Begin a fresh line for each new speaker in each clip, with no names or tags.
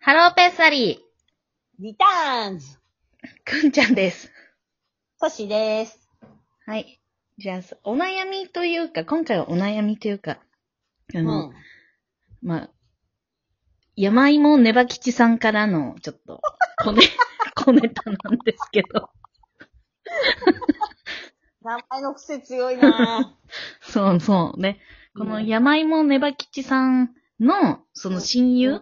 ハローペッサリ
リターンズ
ー、くんちゃんです。
コシです。
はい。じゃあ、お悩みというか、今回はお悩みというか、あ
う
の、
ん。
まあ、山芋ねば吉さんからの、ちょっと、こ ね、小ネタなんですけど、
名前の癖強 いなぁ。
そうそうね。この山芋ねば吉さんの、その親友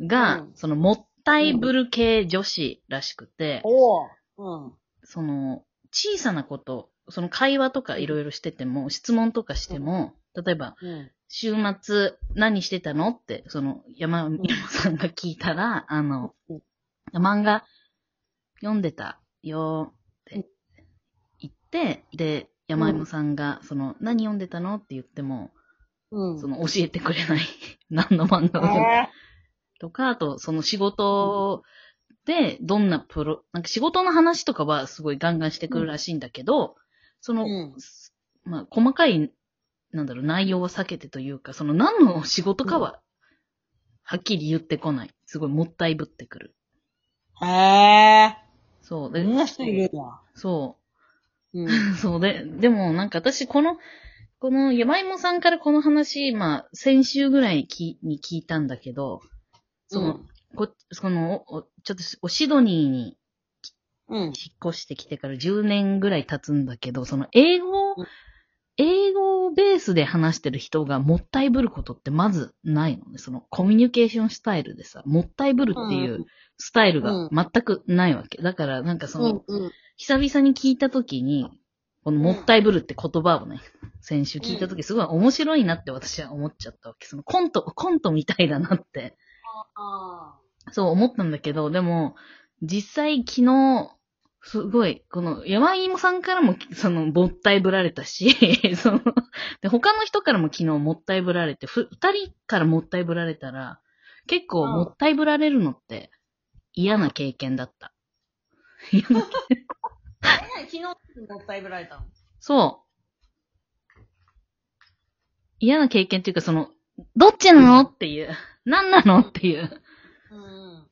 が、
うん
そのもったいぶる系女子らしくて、
おぉ。
その、小さなこと、その会話とかいろいろしてても、質問とかしても、例えば、
うん。うん。
週末何してたのって、その山、
ん
山さんが聞いたら、あの
うん、
漫画読んでたよー
う
って言って、で、山芋さんが、その、何読んでたのって言っても、
うん。
その、教えてくれない。 何の漫画だ
え
とか、あと、その仕事で、どんなプロ、なんか仕事の話とかはすごいガンガンしてくるらしいんだけど、そ
ぇ
の、
うん。
まあ、細かい、なんだろう、内容は避けてというか、その何の仕事かは、はっきり言ってこない。すごいもったいぶってくる。
へぇ
そう。
こ
で
んな人いるんだ。
そ
うん。
う。 そうで、でもなんか私、この、この山芋さんからこの話、まあ、先週ぐらいきに聞いたんだけど、その、こ、その、おおちょっとし、おシドニーに
うん。
引っ越してきてから10年ぐらい経つんだけど、その英語を
うん、
英語をベースで話してる人がもったいぶることってまずないのね。そのコミュニケーションスタイルでさ、もったいぶるっていうスタイルが全くないわけ。だからなんかその、
うん。
久々に聞いた時に、このもったいぶるって言葉をね、先週聞いた時すごい面白いなって私は思っちゃったわけ。そのコント、コントみたいだなって。
あ
そう思ったんだけど、でも、実際昨日、すごい、この、山芋さんからも、その、もったいぶられたし、 その、で、他の人からも昨日もったいぶられて、ふ、二人からもったいぶられたら、結構
うん
もったいぶられるのって嫌な経験だった。嫌な
ー。え、昨日もったいぶられたの
そう。嫌な経験っていうか、その、どっちなのっていう、何なのっていう、
うん。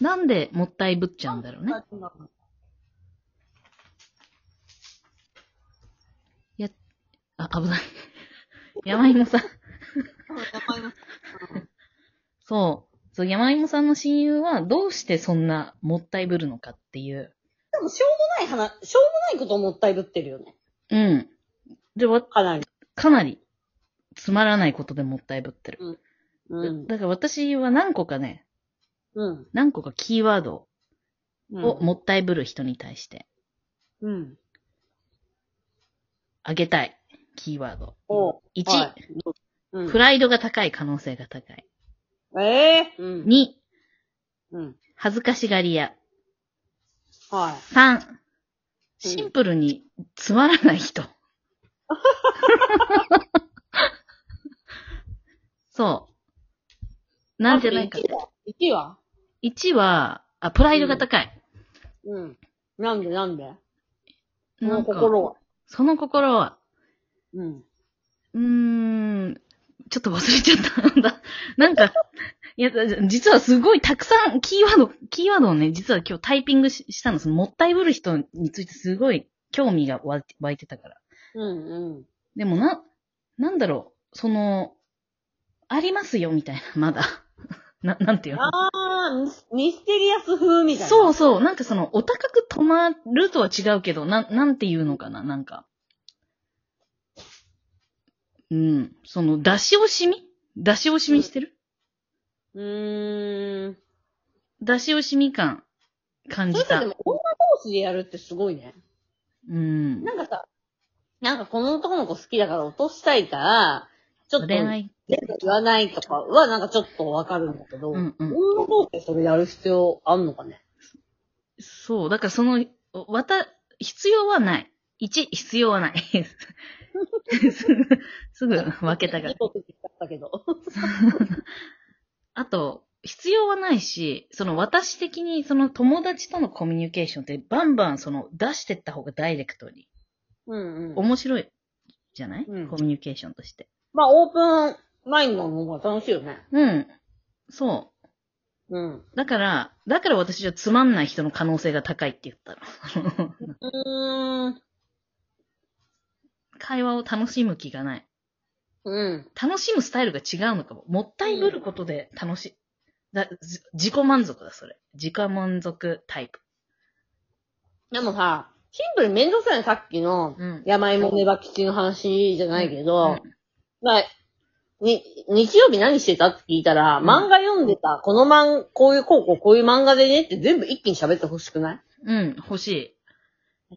なんでもったいぶっちゃうんだろうね。あ、危ない。山芋さん。そう。そう、山芋さんの親友は、どうしてそんなもったいぶるのかっていう。
でも、しょうもない話、しょうもないことをもったいぶってるよね。
うん。で、わ、
かなり。
かなり、つまらないことでもったいぶってる。
うん。
だから私は何個かね、
うん。
何個かキーワードを
う
もったいぶる人に対して、
ん。
あげたい。キーワード。
お
1、
はいうん
プライドが高い可能性が高い。
ええうん。
2、
うん。
恥ずかしがり屋。
はい。
3、シンプルにつまらない 人。そう。なんじゃないか。
1位は
1は、あ、プライドが高い。
うん。なんでなんでそ
な
の
んか、
心は。
その心は、
うん。
うーん、ちょっと忘れちゃった。なんだ。なんか、いや、実はすごいたくさん、キーワード、キーワードをね、実は今日タイピングししたの。そのもったいぶる人についてすごい興味が湧い湧いてたから。
うんうん。
でもな、なんだろう、その、ありますよ、みたいな、 まだ。な、なんていうの
ああ、ミスミステリアス風みたいな。。
そううそう、なんかその、お高く止まるとは違うけど、なん、なんていうのかな、なんか。うん、その、出し惜しみ出し惜しみしてる、
うーん。
出し惜しみ感、感
そ
じ
れ
た
さ、で。も女同士でやるってすごいね。
うん。
なんかさ、なんかこの男の子好きだから落としたいから、ちょっと
恋
全
愛。
部言わないとかはなんかちょっとわかるんだけど、
うんうん
女同士でそれやる必要あんのかね。
そう、だからその、わた、必要はない。1、必要は ない。すぐ、すぐ分けたが
ちょっと出てきちゃったけど。
あと、必要はないし、その私的にその友達とのコミュニケーションってバンバンその出してった方がダイレクトに
うんうん。
面白いじゃない、
うん
コミュニケーションとして。
まあ、オープン、前にもの方が楽しいよね。
うん。そ
うん。
う。だから、だから私はつまんない人の可能性が高いって言ったら。
うーん。
会話を楽しむ気がない。
うん。
楽しむスタイルが違うのかも。もったいぶることで楽しい。だ、じ自己満足だ、それ。自己満足タイプ。
でもさ、シンプルに面倒くさいね、さっきの、
うん。
山芋ネバ吉の話じゃないけど、
うん
まあ、に、日曜日何してたって聞いたら、
うん
漫画読んでた、この漫、こういう高校、こういう漫画でねって全部一気に喋ってほしくない
うん、欲しい。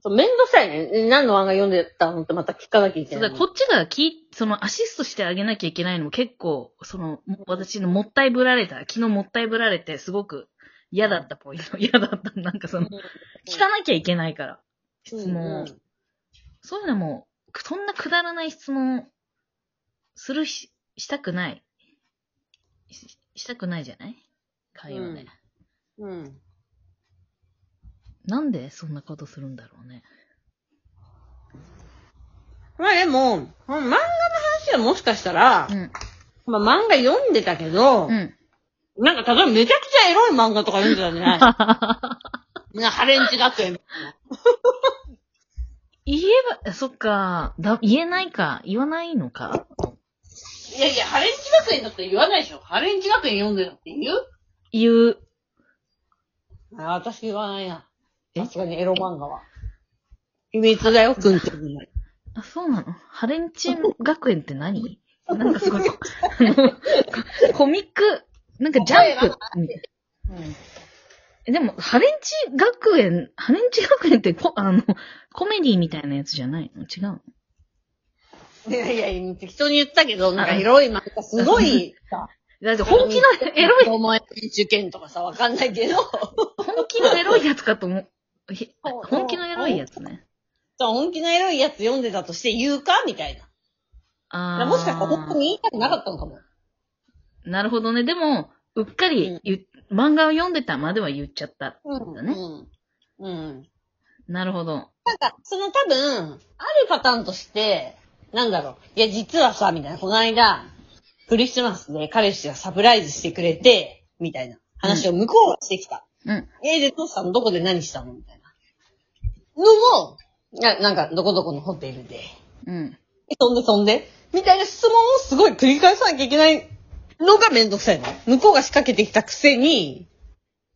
そうめんどくさいね。え何の漫画読んでたのってまた聞かなきゃいけ
そう
ない
だ、。こっちがき、そのアシストしてあげなきゃいけないのも結構、その、私のもったいぶられた、昨日もったいぶられて、すごく嫌だったポイント。嫌だった。なんかその、聞かなきゃいけないから。質問を。
うん
そういうのも、くそんなくだらない質問、するし、したくない。ししたくないじゃない会話で、
うんうん。うん
なんでそんなことするんだろうね。
まあでも、漫画の話はもしかしたら、まあ漫画読んでたけど、
うん。うん。
なんか例えばめちゃくちゃエロい漫画とか読んでたんじゃ ないなハレンチ学園みたいな。
言えば、そっか、だ、言えないか、言わないのか。
いやいや、ハレンチ学園だって言わないでしょ。ハレンチ学園読んでたって言う
言う。
あ私言わないな。
え
さすがにエロ漫画は。秘密だよ、くんちゃんの。
あ、そうなのハレンチン学園って何なんかすごい、あのコミック、なんかジャンプみたい。えでも、ハレンチ学園、ハレンチ学園ってこ、あの、コメディみたいなやつじゃないの違うの
いやいやいや、適当に言ったけど、なんかエロい漫画すごい さ、
だって本気のエロい、
お前受験とかさ、わかんないけど、
本気のエロいやつかと 思う。ひ
そう
本気のエロいやつね。
本気のエロいやつ読んでたとして言うかみたい
あ
な。
ー
もしかしたら本当に言いたくなかったのかも。
なるほどね。でも、うっかり言う、漫画を読んでたまでは言っちゃった。
うん。
だね
うん。うん。
なるほど。
なんか、その多分、あるパターンとして、なんだろう。いや、実はさ、みたいな。この間、クリスマスで彼氏がサプライズしてくれて、みたいな話を向こうがしてきた。
うん。
えー、で、父さんどこで何したのみたいな。のも、ななんか、どこどこのホテルで、
うん。
えそんでそんで、みたいな質問をすごい繰り返さなきゃいけないのがめんどくさいの。向こうが仕掛けてきたくせに、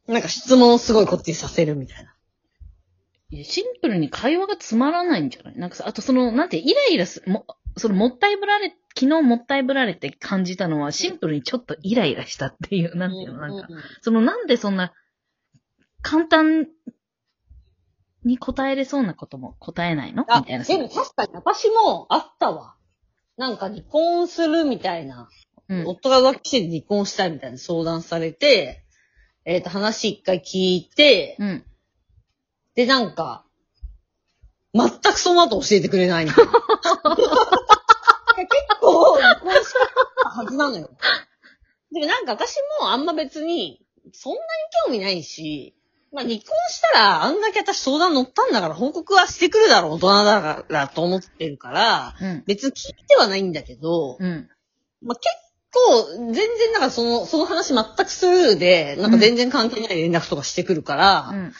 なんか質問をすごいこっちにさせるみたいな。
いやシンプルに会話がつまらないんじゃないなんかさ、あとその、なんて、イライラす、も、その、もったいぶられ、昨日もったいぶられて感じたのは、シンプルにちょっとイライラしたっていう、なんていうの、なんか、
うんうんうん
その、なんでそんな、簡単に答えれそうなことも答えないの
あ、
みたいな。
でも確かに私もあったわ。なんか離婚するみたいな。
うん。
夫が浮気して離婚したいみたいな相談されて、えっ、と、話一回聞いて、
うん。
で、なんか、全くその後教えてくれないみたいな。結構、離婚したはずなのよ。でもなんか私もあんま別に、そんなに興味ないし、まあ離婚したらあんだけ私相談乗ったんだから報告はしてくるだろう、大人だからと思ってるから、
うん。
別に聞いてはないんだけど、
うん。
まあ結構、全然なんかその、その話全くスルーで、なんか全然関係ない連絡とかしてくるから、
うん。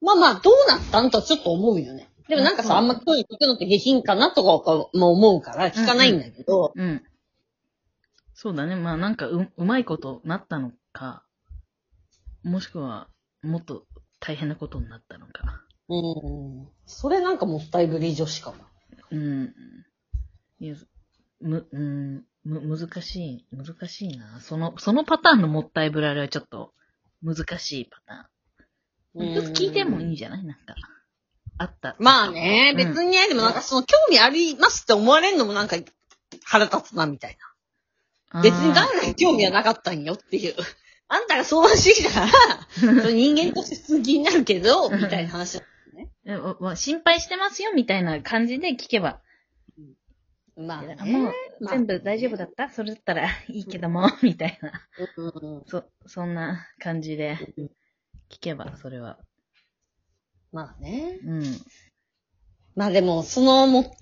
まあまあ、どうなったんとはちょっと思うよね。でもなんか
うん
さ、あんま声聞くのって下品かなとかも思うから聞かないんだけど、
うん。そうだね。まあなんかう、うまいことなったのか、もしくは、もっと大変なことになったのか。
うん。それなんかもったいぶり女子かも。
うん。いや、む、うん、む、難しい、難しいな。その、そのパターンのもったいぶられはちょっと、難しいパターン。ちょっと聞いても
うん
いいんじゃないなんか、あった。
まあね、
うん
別にね、でもなんかその興味ありますって思われるのもなんか腹立つなみたい
あ
な。
ー
別に誰かに興味はなかったんよっていう。あんたが相談してき たから、その人間として普通気になるけど、みたいな話。
えわわ心配してますよ、みたいな感じで聞けば。
まあね。
もう、
まあ
全部大丈夫だったそれだったらいいけども、みたいな。
うん
そ、そんな感じで聞けば、それは。
まあね。
うん。
まあでも、その、もったい、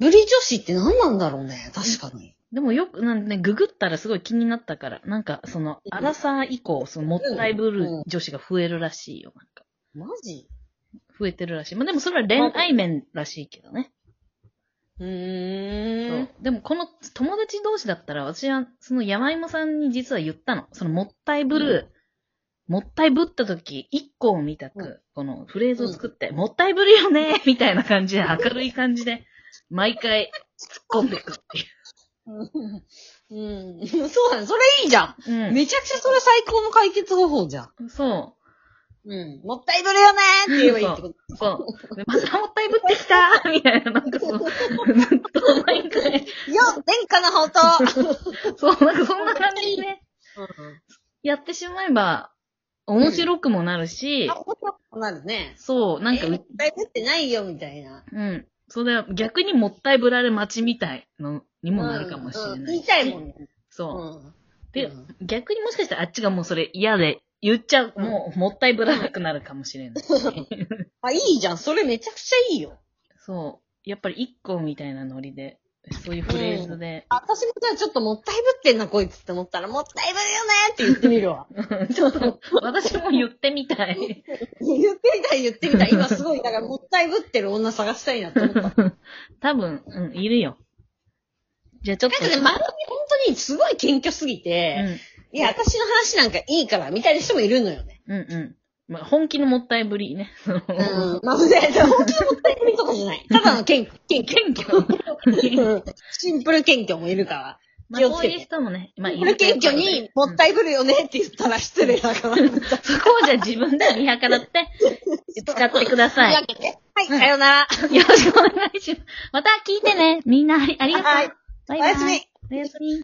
ブリ女子って何なんだろうね。確かに。
でもよく、なんでね、ググったらすごい気になったから、なんか、その、
うん
アラサー以降、その、もったいぶる女子が増えるらしいよ、なんか。
マジ
増えてるらしい。まあ、でもそれは恋愛面らしいけどね。そ
うー。。
うんでも、この友達同士だったら、私は、その山芋さんに実は言ったの。その、もったいぶる、もったいぶった時、一個を見た
うん
く、このフレーズを作って、もったいぶるよねみたいな感じで、明るい感じで、毎回、突っ込んでくってい
うん。 うんそうだね。それいいじゃ
う。
ん。めちゃくちゃそれ最高の解決方法じゃん。
うん。そう。
うん。もったいぶるよねーって言えばいいってこと。
そう。でまたもったいぶってきたみたいな、なんかそう、ずっと毎回、
よ天下の宝刀
そう、なんかそんな感じで、やってしまえば、面白くもなるし、
あ、ほとなるね。
そう、なんか、
えもっ
う
たいぶってないよみたいな。
うん。それは逆にもったいぶられ待ちみたいのにもなるかもしれ
うんうん
な
言
い
い。たいもんね。う
そ
ん。
う。で
う、ん
逆にもしかしたらあっちがもうそれ嫌で、言っちゃう、もう、もったいぶらなくなるかもしれない。
あ、いいじゃん。それめちゃくちゃいいよ。
そう。やっぱり一個みたいなノリで、そういうフレーズで、
私もじゃあちょっともったいぶってんな、こいつって思ったら、もったいぶるよねーって言ってみるわ。
ちょっと、私も言ってみたい。
言ってみたい、言ってみたい。今すごい、だからもったいぶってる女探したいなって思った。なんか
多分、うん、いるよ。じゃあちょっと。
ね、周りに本当にすごい謙虚すぎて、いや、私の話なんかいいから、みたいな人もいるのよね。
うん、うん、うん。まあ、本気のもったいぶりね。
うん。まあ、ね、本気のもったいぶりとかじゃない。ただの謙謙
謙
虚。
虚。
うんシンプル謙虚もいるから。
まあ、
気を
こ
つ
う
け
いう
て。
人もね、まあ、
シ
い
ンプル
るというこ
謙
と
虚
で
に、もったいぶるよねって言ったら失礼だから。
うんそこをじゃあ自分で見計らって、使ってください。
というわけではい、さようなら。
よろしくお願いします。また聞いてね。みんなありありがとう。
はい
バイバイ。
おやすみ。
おやすみ。